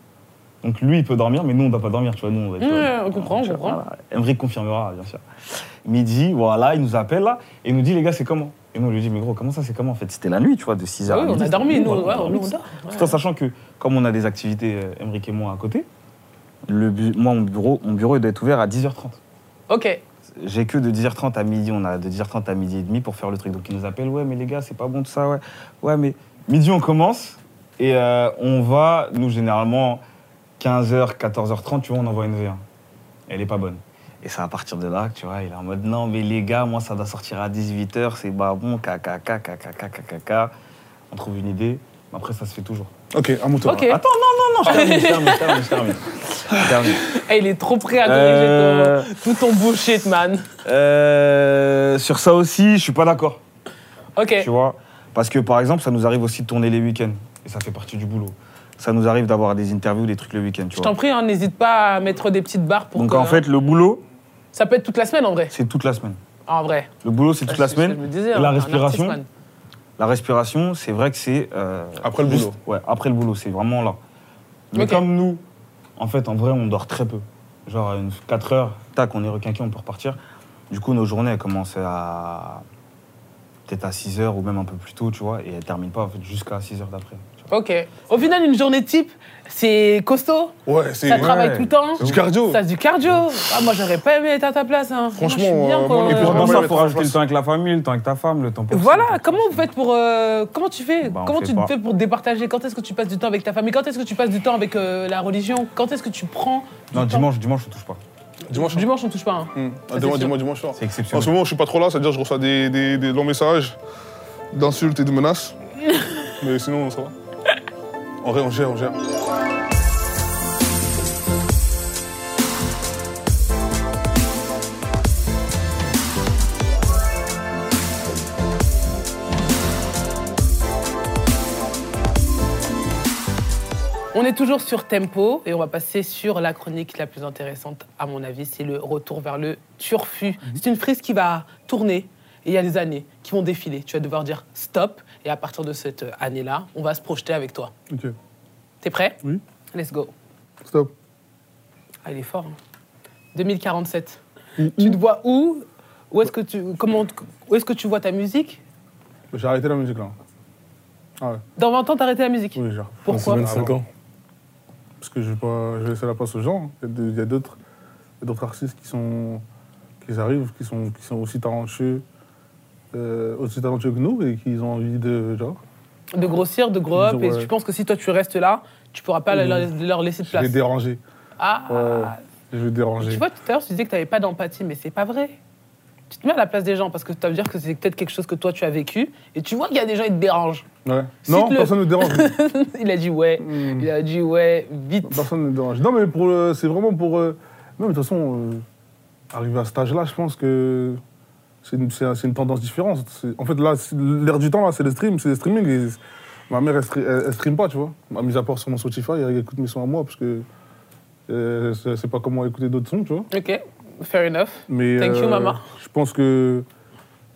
donc lui, il peut dormir, mais nous, on ne va pas dormir, tu vois. Nous, on va être, Ouais, euh, on comprend, on voilà. comprend. Emeric confirmera, bien sûr. Midi, voilà, il nous appelle là, et il nous dit, les gars, c'est comment Et nous, on lui dit, mais gros, comment ça, c'est comment en fait C'était la nuit, tu vois, de 6h Ah à oui, on midi, a dormi, c'était nous, ouais, voilà, nous, on dormi. dort. Ouais. Tout en sachant que, comme on a des activités, euh, Emeric et moi, à côté, le bu- moi, mon bureau, mon bureau, il doit être ouvert à 10h30. Ok, J'ai que de 10h30 à midi, on a de 10h30 à midi et demi pour faire le truc. Donc ils nous appellent, ouais, mais les gars, c'est pas bon tout ça, ouais. Ouais, mais midi, on commence et euh, on va, nous, généralement, 15h, 14h30, tu vois, on envoie une V1. Elle est pas bonne. Et c'est à partir de là, que, tu vois, il est en mode, non, mais les gars, moi, ça doit sortir à 18h, c'est pas bon, caca, caca, caca, caca, caca. On trouve une idée, mais après, ça se fait toujours. Ok, un mouton. ok. Attends, non, non, non, je termine, je termine, je termine, je termine. Je termine. Eh, il est trop prêt à corriger Euh. ton- tout ton bullshit, man. Euh, sur ça aussi, je suis pas d'accord. Ok, Tu vois Parce que par exemple, ça nous arrive aussi de tourner les week-ends. Et ça fait partie du boulot. Ça nous arrive d'avoir des interviews, des trucs le week-end, tu je t'en vois. prie, hein, n'hésite pas à mettre des petites barres pour. hein. Donc que- en fait, le boulot, ça peut être toute la semaine en vrai. c'est toute la semaine. En vrai. Le boulot, c'est toute la Je- je me semaine. disais, Et hein, la un respiration, artiste, man. la respiration, c'est vrai que c'est. euh, Après le juste- boulot. Ouais, après le boulot, c'est vraiment là. Mais Ok. comme nous, en fait, en vrai, on dort très peu. Genre, à une 4 heures, tac, on est requinqué, on peut repartir. Du coup, nos journées, elles commencent à. peut-être à 6 heures ou même un peu plus tôt, tu vois. Et elles terminent pas, en fait, jusqu'à 6 heures d'après. tu vois. Ok. Au final, une journée type, c'est costaud. Ouais, c'est. Ça travaille tout le temps. Du cardio. Ça, c'est du cardio. Ah, moi, j'aurais pas aimé être à ta place. hein. Franchement, Moi, je suis bien, euh, quoi. moi, les C'est Ouais, vraiment ouais, ça, ouais, pour ouais, rajouter ouais. le temps avec la famille, le temps avec ta femme, le temps pour Voilà, comment vous faites pour. euh, comment tu fais Bah, on Comment fait tu te pas. fais pour départager Quand est-ce que tu passes du temps avec ta famille Quand est-ce que tu passes du temps avec euh, la religion Quand est-ce que tu prends. du Non, temps dimanche, dimanche, on touche pas. Dimanche. Dimanche, on touche pas. hein. Hum. Ah, c'est Dimanche, sûr. dimanche, dimanche soir. C'est En ce exceptionnel. moment, je suis pas trop là, c'est-à-dire que je reçois des, des- des longs messages d'insultes et de menaces. Mais sinon, ça va. En vrai, on gère, on gère. On est toujours sur tempo et on va passer sur la chronique la plus intéressante, à mon avis, c'est le retour vers le turfu. Mhm. C'est une frise qui va tourner et il y a des années qui vont défiler. Tu vas devoir dire stop et à partir de cette euh, année-là, on va se projeter avec toi. Ok, T'es prêt Oui. Let's go. stop. Ah, il est fort. hein. 2047. Tu Mmh. te vois où Où est-ce que tu comment où est-ce que tu vois ta musique J'ai arrêté la musique là. Ah ouais, Dans 20 ans, t'as arrêté la musique. oui, genre. Pourquoi C'est 25 ans. Ah, Parce que je vais, pas, je vais laisser la place aux gens. Il y a de- il y a d'autres il y a d'autres artistes qui sont qui arrivent, qui sont, qui sont aussi talentueux, euh, aussi talentueux que nous et qui ont envie de genre. De grossir, de grow up. Ouais. Mm. Et tu penses que si toi tu restes là, tu pourras pas leur, leur laisser de Je vais place. déranger. Ah. Ouais, je vais Tu déranger. vois, tout à l'heure, tu disais que tu n'avais pas d'empathie, mais c'est pas vrai. Tu te mets à la place des gens parce que ça veut dire que c'est peut-être quelque chose que toi tu as vécu et tu vois qu'il y a des gens qui te dérangent. Ouais. Cite-le. Non, personne ne dérange. il a dit ouais, Hmm. il a dit ouais, vite. Personne ne dérange. Non, mais pour, euh, c'est vraiment pour. euh, non, mais de toute façon, euh, arrivé à cet âge-là, je pense que c'est une, c'est un- c'est une tendance différente. C'est- En fait, là, c'est- l'air du temps, là, c'est le stream, c'est le streaming. et Ma mère, elle, stre- elle- elle stream pas, tu vois. À mis à part sur mon Spotify, elle écoute mes sons à moi parce que euh, c'est c'est pas comment écouter d'autres sons, tu vois. Ok, fair enough. Mais, euh, Thank you, maman. Je pense que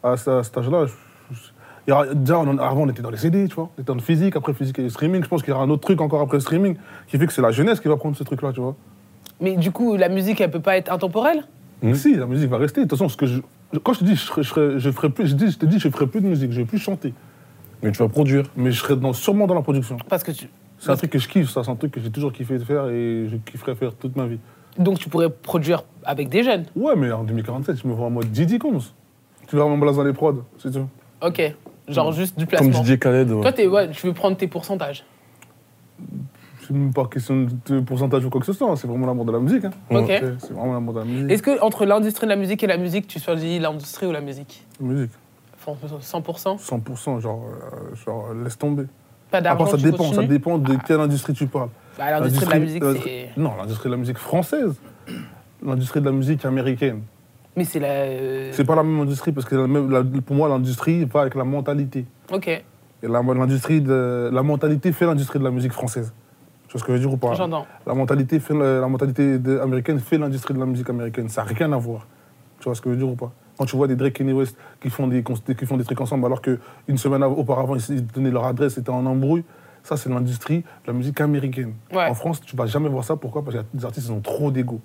à ce- à cet âge-là, je- je- il y a- déjà, on en- avant, on était dans les CD, tu vois. On était dans le physique, après le physique et le streaming. Je pense qu'il y aura un autre truc encore après le streaming qui fait que c'est la jeunesse qui va prendre ce truc-là, tu vois. Mais du coup, la musique, elle peut pas être intemporelle Mais Si, la musique va rester. De toute façon, ce que je- quand je te dis, je, serai- je serai- je ferai plus, je, dis, je te dis, je ferai plus de musique, je vais plus chanter. Mais tu vas produire. Mais je serai dans- sûrement dans la production. Parce que tu... C'est un truc que je kiffe, ça. C'est un truc que j'ai toujours kiffé de faire et je kifferai faire toute ma vie. Donc tu pourrais produire avec des jeunes. Ouais, mais en 2047, je me vois en mode Diddy Combs. Tu verras mon blaze dans les prods, c'est tout. Ok, Mm. genre juste du Comme placement. Didier Khaled. ouais. Toi, t'es- ouais, tu veux prendre tes pourcentages. C'est même pas question de pourcentage ou quoi que ce soit, hein. c'est vraiment l'amour de la musique. hein. Ok. C'est c'est vraiment l'amour de la musique. Est-ce que entre l'industrie de la musique et la musique, tu choisis l'industrie ou la musique Musique, Enfin, 100% 100%, genre, euh, genre laisse tomber. Pas d'argent. Ah. Après, ça tu dépend, ça continues dépend de quelle industrie tu parles. Bah, l'industrie de la musique, l'industrie- euh, c'est. Non, l'industrie de la musique française, l'industrie de la musique américaine. Mais c'est la. euh, C'est pas la même industrie parce que la même- la- pour moi, l'industrie va avec la mentalité. Ok, Et la, l'industrie de, la mentalité fait l'industrie de la musique française. Tu vois ce que je veux dire ou pas j'entends. La mentalité, fait, la, la mentalité de- américaine fait l'industrie de la musique américaine. Ça n'a rien à voir. Tu vois ce que je veux dire ou pas Quand tu vois des Drake et Kanye West qui font des, cons- qui font des trucs ensemble alors qu'une semaine av- auparavant, ils s- ils donnaient leur adresse, c'était en embrouille. Ça, c'est l'industrie de la musique américaine. Ouais. En France, tu vas jamais voir ça. Pourquoi Parce que les artistes, ils ont trop d'ego.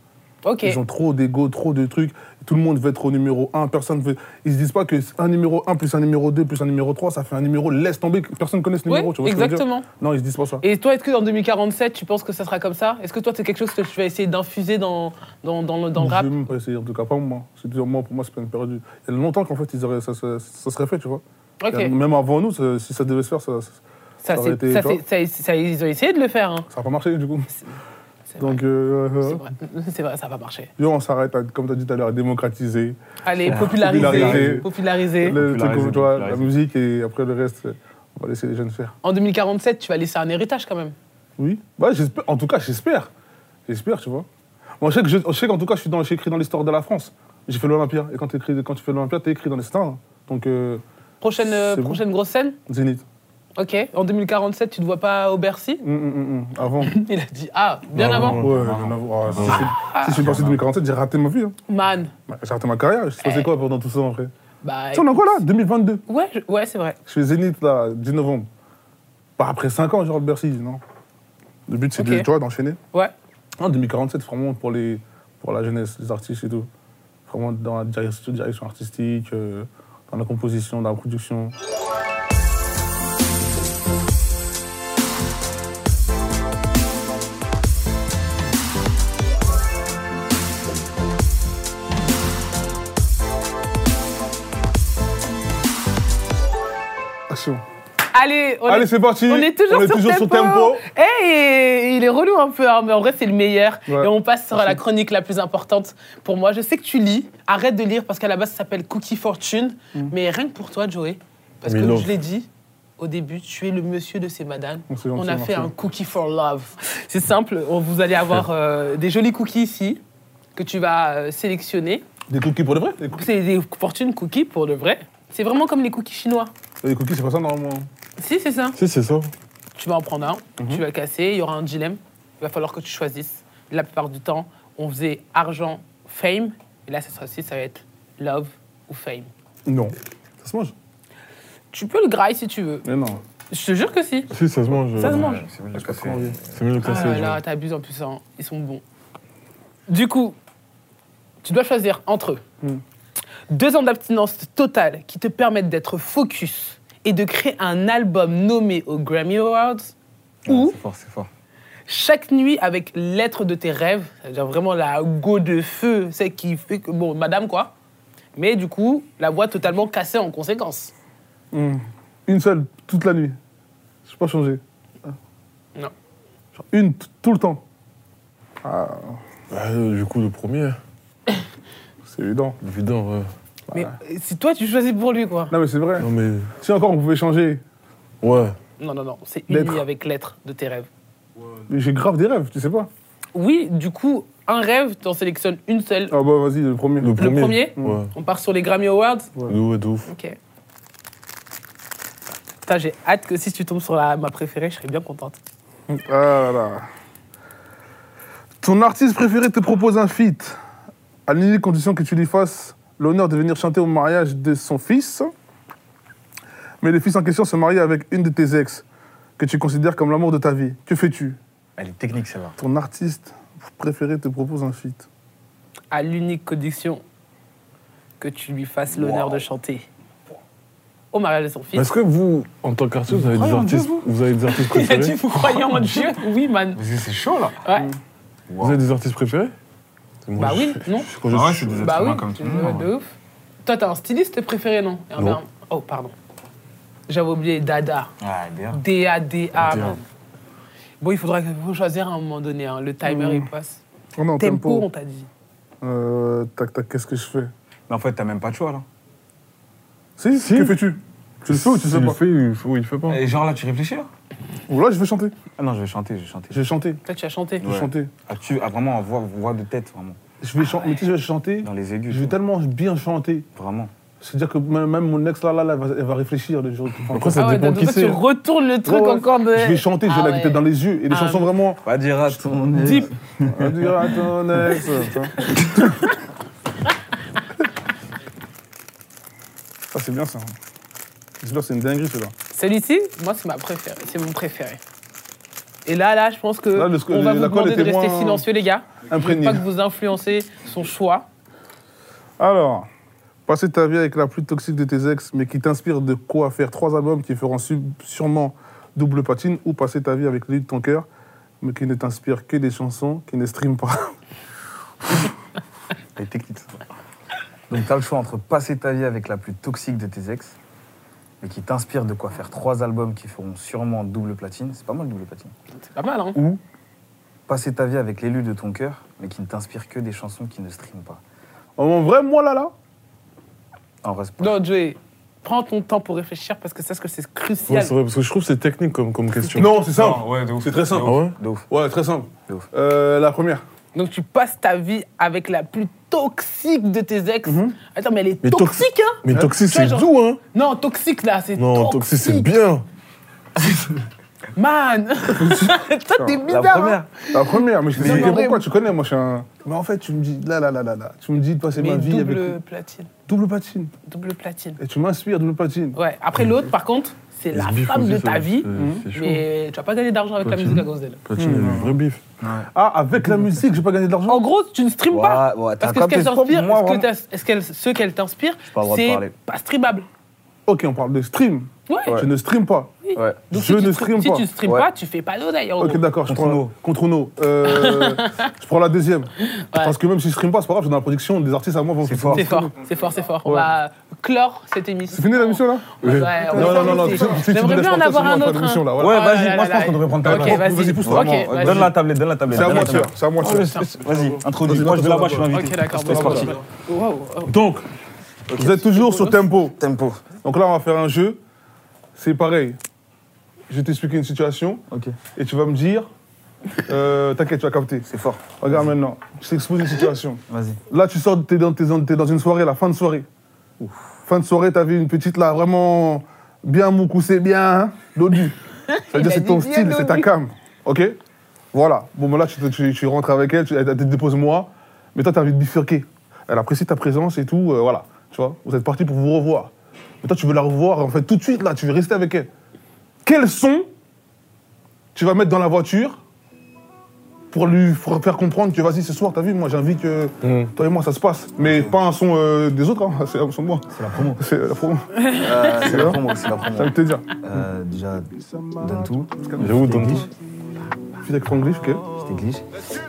Ok. Ils ont trop d'ego, trop de trucs. Tout le monde veut être au numéro 1. Personne veut. Ils se disent pas que un numéro 1 plus un numéro 2 plus un numéro 3, ça fait un numéro. Laisse tomber. que Personne connaît ce Oui, numéro. tu vois ce que je veux dire exactement. Non, ils se disent pas ça. Et toi, est-ce que dans 2047, tu penses que ça sera comme ça Est-ce que toi, c'est quelque chose que tu vas essayer d'infuser dans, dans, dans le, dans le Je rap vais même pas essayer, en tout cas pas moi. C'est toujours moi, pour moi, c'est peine perdue. Il y a longtemps qu'en fait, ils auraient- ça, ça- ça serait fait, tu vois. Ok. Il y a- Même avant nous, ça- si ça devait se faire, ça n'a Ça, aurait c'est- été, ça, tu vois. c'est- ça- ça- ils ont essayé de le faire. hein. pas marché du coup. C'est vrai, Donc, euh, euh, c'est vrai, c'est vrai, ça va marcher. yo, on s'arrête, à- comme tu as dit tout à l'heure, à démocratiser. Allez, Ah, populariser. populariser. Populariser. Le truc, Populariser, tu vois, la populariser. musique et après le reste, euh, on va laisser les jeunes faire. En 2047, tu vas laisser un héritage quand même. Oui. Ouais, j'espère. En tout cas, j'espère. J'espère, tu vois. Moi, je sais que je, je sais qu'en tout cas, je suis dans, j'ai écrit dans l'histoire de la France. J'ai fait l'Olympia. Et quand, t'écris- quand tu fais l'Olympia, t'es écrit dans les stars. hein. Donc, euh, Prochaine, euh, C'est bon. prochaine grosse scène Zénith. Ok. En 2047, tu ne te vois pas au Bercy Hum, hum, hum, hum. Avant. Il a dit Ah, bien Non, avant. non, Ouais, rien à voir. Ah, si je suis- si je suis parti de 2047, j'ai raté ma vie. hein. Man. Bah, J'ai raté ma carrière. Je sais Eh. passé quoi pendant tout ça, en vrai Bah, Tu sais, on est quoi là 2022. ouais, je- ouais c'est vrai. Je fais Zénith, là, 10 novembre. Pas après 5 ans, genre de Bercy, non. Le but, c'est de- Ok. tu vois, d'enchaîner. Ouais. En 2047, vraiment pour, les, pour la jeunesse, les artistes et tout. Vraiment dans la direction, direction artistique, euh, dans la composition, dans la production. Action. Allez, on Allez, est... c'est parti. on est toujours, On est sur, toujours tempo. sur tempo. Eh, il est relou un peu, hein, mais en vrai, c'est le meilleur. Ouais. Et on passe sur Merci. la chronique la plus importante pour moi. Je sais que tu lis. Arrête de lire parce qu'à la base, ça s'appelle Cookie Fortune. Mm. Mais rien que pour toi, Joey, parce que Mais comme non. je l'ai dit au début, tu es le monsieur de ces madames. C'est gentil, On a fait merci. un cookie for love. C'est simple, on- vous allez avoir euh, des jolis cookies ici que tu vas euh, sélectionner. Des cookies pour de vrai Des cookies, C'est des fortune cookies pour de vrai. C'est vraiment comme les cookies chinois. Des cookies, c'est pas ça normalement. Si, c'est ça. Si, c'est ça. Tu vas en prendre un, tu vas casser, il y aura un dilemme. Il va falloir que tu choisisses. La plupart du temps, on faisait argent, fame. Et là, cette fois-ci, ça va être love ou fame. Non. Ça se mange Tu peux le graille si tu veux. Mais non. Je te jure que si. Si, ça se mange. Ça se euh, mange. Ouais, Ah, J'ai pas C'est mieux de le casser. trop envie. C'est mieux de le Ah casser. là je- là, t'abuses en plus, hein. ils sont bons. Du coup, tu dois choisir entre eux. Hmm. Deux ans d'abstinence totale qui te permettent d'être focus et de créer un album nommé aux Grammy Awards, Ouais, ou C'est fort, c'est fort. chaque nuit avec l'être de tes rêves, c'est-à-dire vraiment la go de feu, celle qui fait que, bon, madame quoi, mais du coup, la voix totalement cassée en conséquence. Hmm. Une seule, toute la nuit. Je suis pas changé. Non. Genre une, t- tout le temps. Ah, Bah, euh, du coup, le premier, c'est évident. évident. ouais. Mais euh, si toi, tu choisis pour lui, quoi. Non, mais c'est vrai. Non, mais. Si encore on pouvait changer, Ouais. Non, non, non, c'est une L'être. nuit avec l'être de tes rêves. j'ai grave des rêves, tu sais pas. Oui, du coup, un rêve, t'en sélectionnes une seule. Ah bah vas-y, le premier. Le Le premier Ouais. On part sur les Grammy Awards De ouf, de ouf. Ok. Ça, j'ai hâte que si tu tombes sur la- ma préférée, je serai bien contente. Ah là là. Ton artiste préféré te propose un feat. À l'unique condition que tu lui fasses l'honneur de venir chanter au mariage de son fils. Mais le fils en question se marie avec une de tes ex, que tu considères comme l'amour de ta vie. Que fais-tu Elle est technique, celle-là. Ton artiste préféré te propose un feat. À l'unique condition que tu lui fasses l'honneur de chanter au mariage de son fils. Est-ce que vous, en tant qu'artiste, vous avez des croyez en Dieu, artistes, vous vous avez des artistes Il a dit préférés Vous croyez en Dieu Oui, man. Vas-y, c'est chaud, là. Ouais. Vous avez des artistes préférés Bah oui, non Quand je- Ah ouais, c'est Bah des êtres oui, humains comme tout le de- monde. hein. de ouf. Toi, t'as un styliste préféré, non, Herbert Oh, pardon. J'avais oublié Dada. Ah, bien. D-A-D-A. Bien. Bon, il faudra faut choisir à un moment donné. hein. Le timer, il passe. on est en Tempo, Mm. Oh tempo. on t'a dit. Euh, tac, tac, qu'est-ce que je fais Mais en fait, t'as même pas de choix, là. Si, Si. que fais-tu Tu le fais ou tu le S'il fais le pas fait il fait ou il le fait pas Et genre, là, tu réfléchis, là Ou là, je vais chanter. Ah non, je vais chanter, je vais chanter. Je vais chanter. Toi, tu as chanté. Je vais Ouais. chanter. Ah, tu, ah, vraiment, en voix, voix de tête, vraiment. Je vais chanter. Mais tu sais, je vais chanter. Dans les aigus. Je vais quoi. tellement bien chanter. Vraiment. C'est-à-dire que même, même mon ex, là, là, là, elle va, elle va réfléchir le jour qui prend. Après, ça Ah ouais, dépend donc qui toi, c'est. tu retournes le truc Ouais, ouais. encore de. Je vais chanter, je vais Ah la guetter ouais. dans les yeux. Et des Ah, chansons mais- vraiment... Pas dire à ton ex. Deep. On va dire à ton ex. tu vois. Ça, c'est bien, ça. hein. J'espère que c'est une dinguerie, celui-là. Celui-ci, moi, c'est ma préférée. C'est mon préféré. Et là, là, je pense que Là, le sc- on va la vous colle demander de était rester moins silencieux, les gars. Imprégné. Pas que vous influencez son choix. Alors, passer ta vie avec la plus toxique de tes ex, mais qui t'inspire de quoi faire trois albums qui feront su- sûrement double patine, ou passer ta vie avec lui de ton cœur, mais qui ne t'inspire que des chansons qui ne stream pas. Elle est technique, ça. Donc, t'as le choix entre passer ta vie avec la plus toxique de tes ex, mais qui t'inspire de quoi faire trois albums qui feront sûrement double platine. C'est pas mal, double platine. C'est pas mal, hein Ou passer ta vie avec l'élu de ton cœur, mais qui ne t'inspire que des chansons qui ne streament pas. En Oh, vrai, moi, là, là, En reste pas. Non, Joey, prends ton temps pour réfléchir parce que c'est ce que c'est crucial. Ouais, c'est vrai, parce que je trouve que c'est technique comme, comme question. Non, c'est simple. Non, ouais, de ouf. C'est très simple. Ah ouais De ouf. Ouais, très simple. De ouf. Euh, la première. Donc tu passes ta vie avec la plus toxique de tes ex. Mhm. Attends, mais elle est Mais toxi- toxique, hein Mais toxique, Tu vois, c'est genre- doux, hein Non, toxique là, c'est Non, toxique, c'est bien Man Toi, t'es La bizarre hein. première. La première, mais je t'ai Mais- expliqué pourquoi, tu connais, moi je suis un. Mais en fait, tu me dis, là, là, là, là, là, tu me dis de passer ma Mais vie double avec. platine. Double patine. Double platine. Et tu m'inspires, double patine. Ouais, après l'autre, par contre, c'est Et ce la bif femme aussi, de ça, ta vie. Mmh. c'est- C'est chaud. Mais tu vas pas gagner d'argent avec la Platine. musique à cause d'elle. Platine, il y a du vrai bif. Ah, avec la musique, j'ai pas gagné de l'argent En gros, tu ne streames Ouais, pas. ouais, t'as parce que un ce qu'elle contexte t'inspire, pour moi, ce que vraiment. t'as- est-ce qu'elle- ce qu'elle t'inspire, pas le droit de parler. c'est pas streamable. Ok, on parle de stream. Ouais. Je ne stream pas. Ouais. Donc, Je si ne tu stream stream- pas. Si tu streames Ouais. pas, tu fais pas d'eau d'ailleurs. Ok, d'accord, je Contre prends. la- nous. Contre nous. Euh, je prends la deuxième. Parce que même si je stream pas, c'est pas grave, je suis dans la production, des artistes à moi vont C'est fort. C'est fort, c'est fort, c'est fort. On Ouais. va clore cette émission. C'est fini la mission là Ouais, on va Non, non, non, faire non, une tu- tu- tu J'aimerais me laisses bien en partir, avoir sinon on un va faire autre. une mission, là, hein. ouais. Ouais, Oh vas-y, là moi je là pense là. qu'on devrait prendre ta Ok, tablette. vas-y. Vas-y, pousse-toi. Ok, vraiment. vas-y. Donne la tablette, donne la tablette. C'est à donne moi, la tu vois, tablette. c'est à moi, tu vois. Vas-y, introduis. Vas-y, Moi je donne-toi vais là-bas, je suis Ok, invité. d'accord. C'est bon, parti. bon, bon. Wow, wow. Donc, vous êtes toujours sur Tempo. Tempo. Donc là, on va faire un jeu. C'est pareil. Je vais t'expliquer une situation Ok. et tu vas me dire. euh, T'inquiète, tu vas capter. C'est fort. Regarde maintenant, je t'expose une situation. Vas-y. Là, tu sors, t'es dans, t'es dans- t'es dans une soirée, la fin de soirée. Fin de soirée, t'avais une petite là, vraiment bien moucoussée, bien hein, dodue. Ça veut Il a dire c'est dit ton bien style, c'est ta dodue. cam. Ok Voilà. Bon, ben là, tu, te- tu- tu rentres avec elle, tu, elle te dépose moi, mais toi, t'as envie de bifurquer. Elle apprécie ta présence et tout, euh, voilà. Tu vois, vous êtes parti pour vous revoir. Mais toi, tu veux la revoir, en fait, tout de suite, là, tu veux rester avec elle. Quel son tu vas mettre dans la voiture pour lui f- faire comprendre que vas-y ce soir, t'as vu, moi euh, j'ai envie que Mmh. toi et moi ça se passe. Mais pas un son euh, des autres, hein, c'est un son de moi. C'est la promo. C'est euh, la promo, Euh, C'est la promo, c'est la j'ai envie promo. de te dire. Euh, Déjà, donne tout. J'avoue, donne tout. Fils avec ton griffe, que Je t'ai glitch.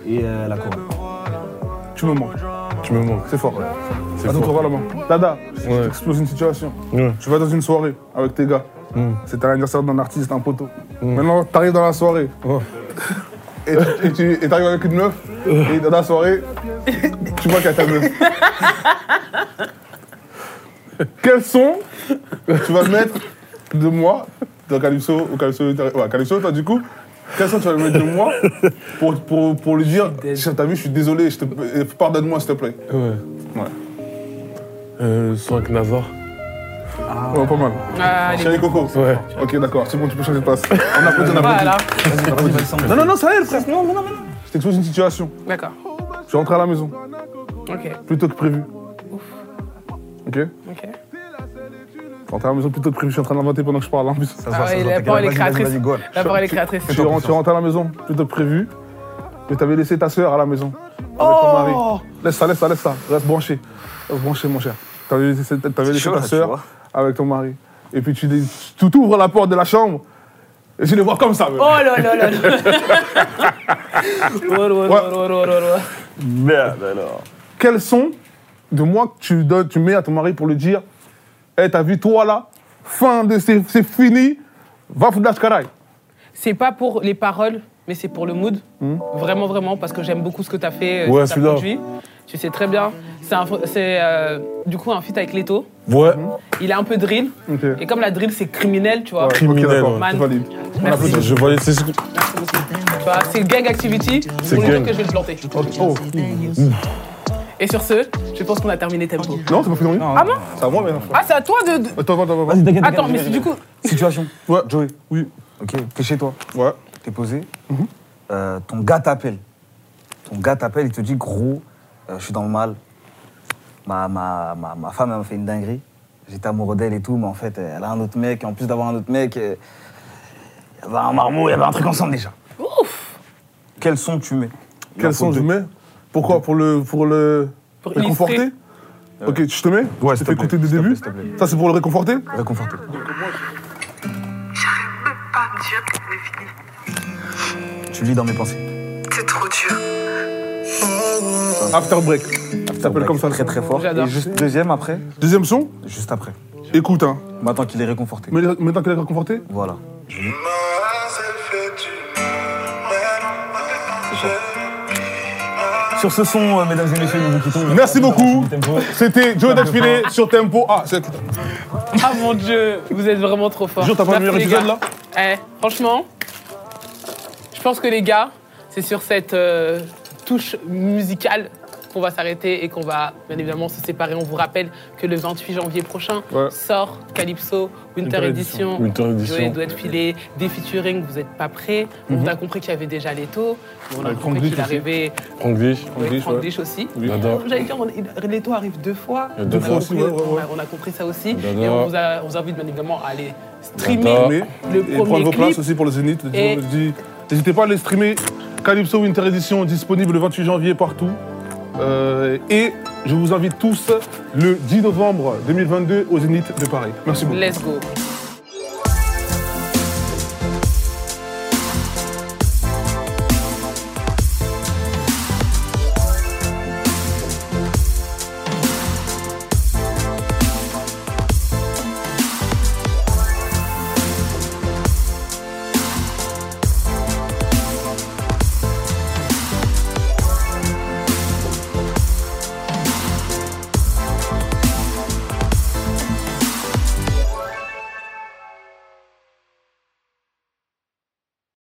Et euh, la chorale. tu me manques. Tu me manques. C'est fort. C'est Attends, fort. revois Ah, la main. Dada, Ouais. tu exploses une situation. Ouais. Tu vas dans une soirée avec tes gars. Mm. C'est un anniversaire d'un artiste, un poteau. Maintenant, t'arrives dans la soirée. Hmm. Ouais. Et tu- et tu- et t'arrives avec une meuf. Et dans la soirée, tu vois qu'il y a ta meuf. Quel son tu vas mettre de moi dans Calypso ou Calypso ouais, Calypso, toi, du coup quel son tu vas mettre de moi pour, pour, pour lui dire Chef, t'as vu, je suis désolé, je te- pardonne-moi s'il te plaît. Ouais. Ouais. Euh, son avec Nazar. Ah, Ouais, pas mal. Ah, allez. Chérie Coco. Ouais. Ok, d'accord, c'est bon, tu peux changer de place. On applaudit, on applaudit. Voilà, vas-y, vas-y, vas-y, sans- Non, non, non, ça aide, frère. Non, non, non, non. Je t'expose une situation. d'accord. Je suis rentré à la maison, Ok, plus tôt que prévu. Ok Je suis ok. rentré à la maison plus tôt que prévu, je suis en train d'inventer pendant que je parle. En plus. Ça se Ah voit, ouais, ça se il a voit, t'inquiète, pas les vas-y, créatrices. vas-y, go. La parole est créatrice. Tu es rentré tu es rentré à la maison plus tôt que prévu, mais t'avais laissé ta soeur à la maison. Avec ton mari. Oh Laisse ça, laisse ça, laisse ça. Reste branché. Reste branché, mon cher. T'avais laissé, t'avais laissé chaud, ta là, tu vois. soeur avec ton mari. Et puis tu, dé- tu t'ouvres la porte de la chambre et tu les vois comme ça. Oh là là là là Oh, oh, oh, oh, oh, oh, oh. Merde alors. Quels sont de moi que tu, donnes, tu mets à ton mari pour lui dire Hé, t'as vu toi là Fin de c'est, c'est fini. Va foutre la scaraille. C'est pas pour les paroles, mais c'est pour le mood. Vraiment, vraiment, parce que j'aime beaucoup ce que t'as fait, euh, Ouais, ce que t'as produit. celui-là. Tu sais très bien. C'est, un- c'est, euh, du coup un feat avec Leto. Ouais, Il a un peu drill. Ok. Et comme la drill, c'est criminel, tu vois. Ouais, Criminel, ok, d'accord, ouais. Man. c'est valide. On Merci. applaudit. je valide. C'est ce que- Merci beaucoup. Tu vois, c'est gang activity. C'est On est sûr gang. que je vais le planter. Oh, Et sur ce, je pense qu'on a terminé tempo. non, c'est pas fini. Non, Ah bon C'est à moi maintenant. Ah, c'est à toi de. de- Attends, attends, attends. Vas-y, t'inquiète, Attends, t'inquiète, mais c'est du coup. Situation. Ouais. Joey, Oui. ok, t'es chez toi, Ouais. Mhm. t'es posé. Euh, ton gars t'appelle. Ton gars t'appelle, il te dit gros, euh, je suis dans le mal. Ma, ma, ma, ma femme elle m'a fait une dinguerie. J'étais amoureux d'elle et tout, mais en fait, euh, elle a un autre mec. Et en plus d'avoir un autre mec, euh, il y avait un marmot, il y avait un truc ensemble déjà. Ouf Quel son tu mets Il en Quel faut son je deux. mets Pourquoi Pour le pour le Pour réconforter illustrer. Ok, je te mets Ouais, Je s'il te te fais plaît, écouter des s'il te débuts. plaît, s'il te plaît. Ça, c'est pour le réconforter Réconforté. peux pas dire que c'est fini. Tu lis dans mes pensées. C'est trop dur. After break. Ça s'appelle comme ça. le Très son. très fort. J'adore. Et juste deuxième après Deuxième son Juste après. Écoute, hein. Maintenant qu'il est réconforté. Mais- Maintenant qu'elle est réconfortée Voilà. Sur ce son, euh, mesdames et messieurs, nous vous quittons. Merci beaucoup. Tempo. C'était Joe Dachfiné sur Tempo. Ah, c'est. Ah mon dieu, vous êtes vraiment trop fort. Jure, t'as pas le Merci, meilleur les épisode gars. là Eh, franchement, je pense que les gars, c'est sur cette euh, touche musicale qu'on va s'arrêter et qu'on va bien évidemment se séparer. On vous rappelle que le 28 janvier prochain Ouais. sort Calypso Winter, Winter Edition. Winter Joey Edition. doit être filé, des featuring, vous n'êtes pas prêts. On a compris qu'il y avait déjà Leto, mais on a Avec Frank compris Dish qu'il aussi. arrivait Franck Dish. Frank avec Dish, Frank ouais. Dish aussi. J'adore. J'allais dire, on- il- Leto arrive deux fois. Il y a deux On a fois compris- aussi, ouais, ouais, on a- ouais. On a compris ça aussi. J'adore. Et on vous, a- on vous invite bien évidemment à aller streamer J'adore. Mais- le Et premier prendre vos clip. places aussi pour le Zénith. Et- Je dis- N'hésitez pas à les streamer. Calypso Winter Edition disponible le 28 janvier partout. Euh, et je vous invite tous le 10 novembre 2022 au Zénith de Paris. Merci beaucoup. Let's go.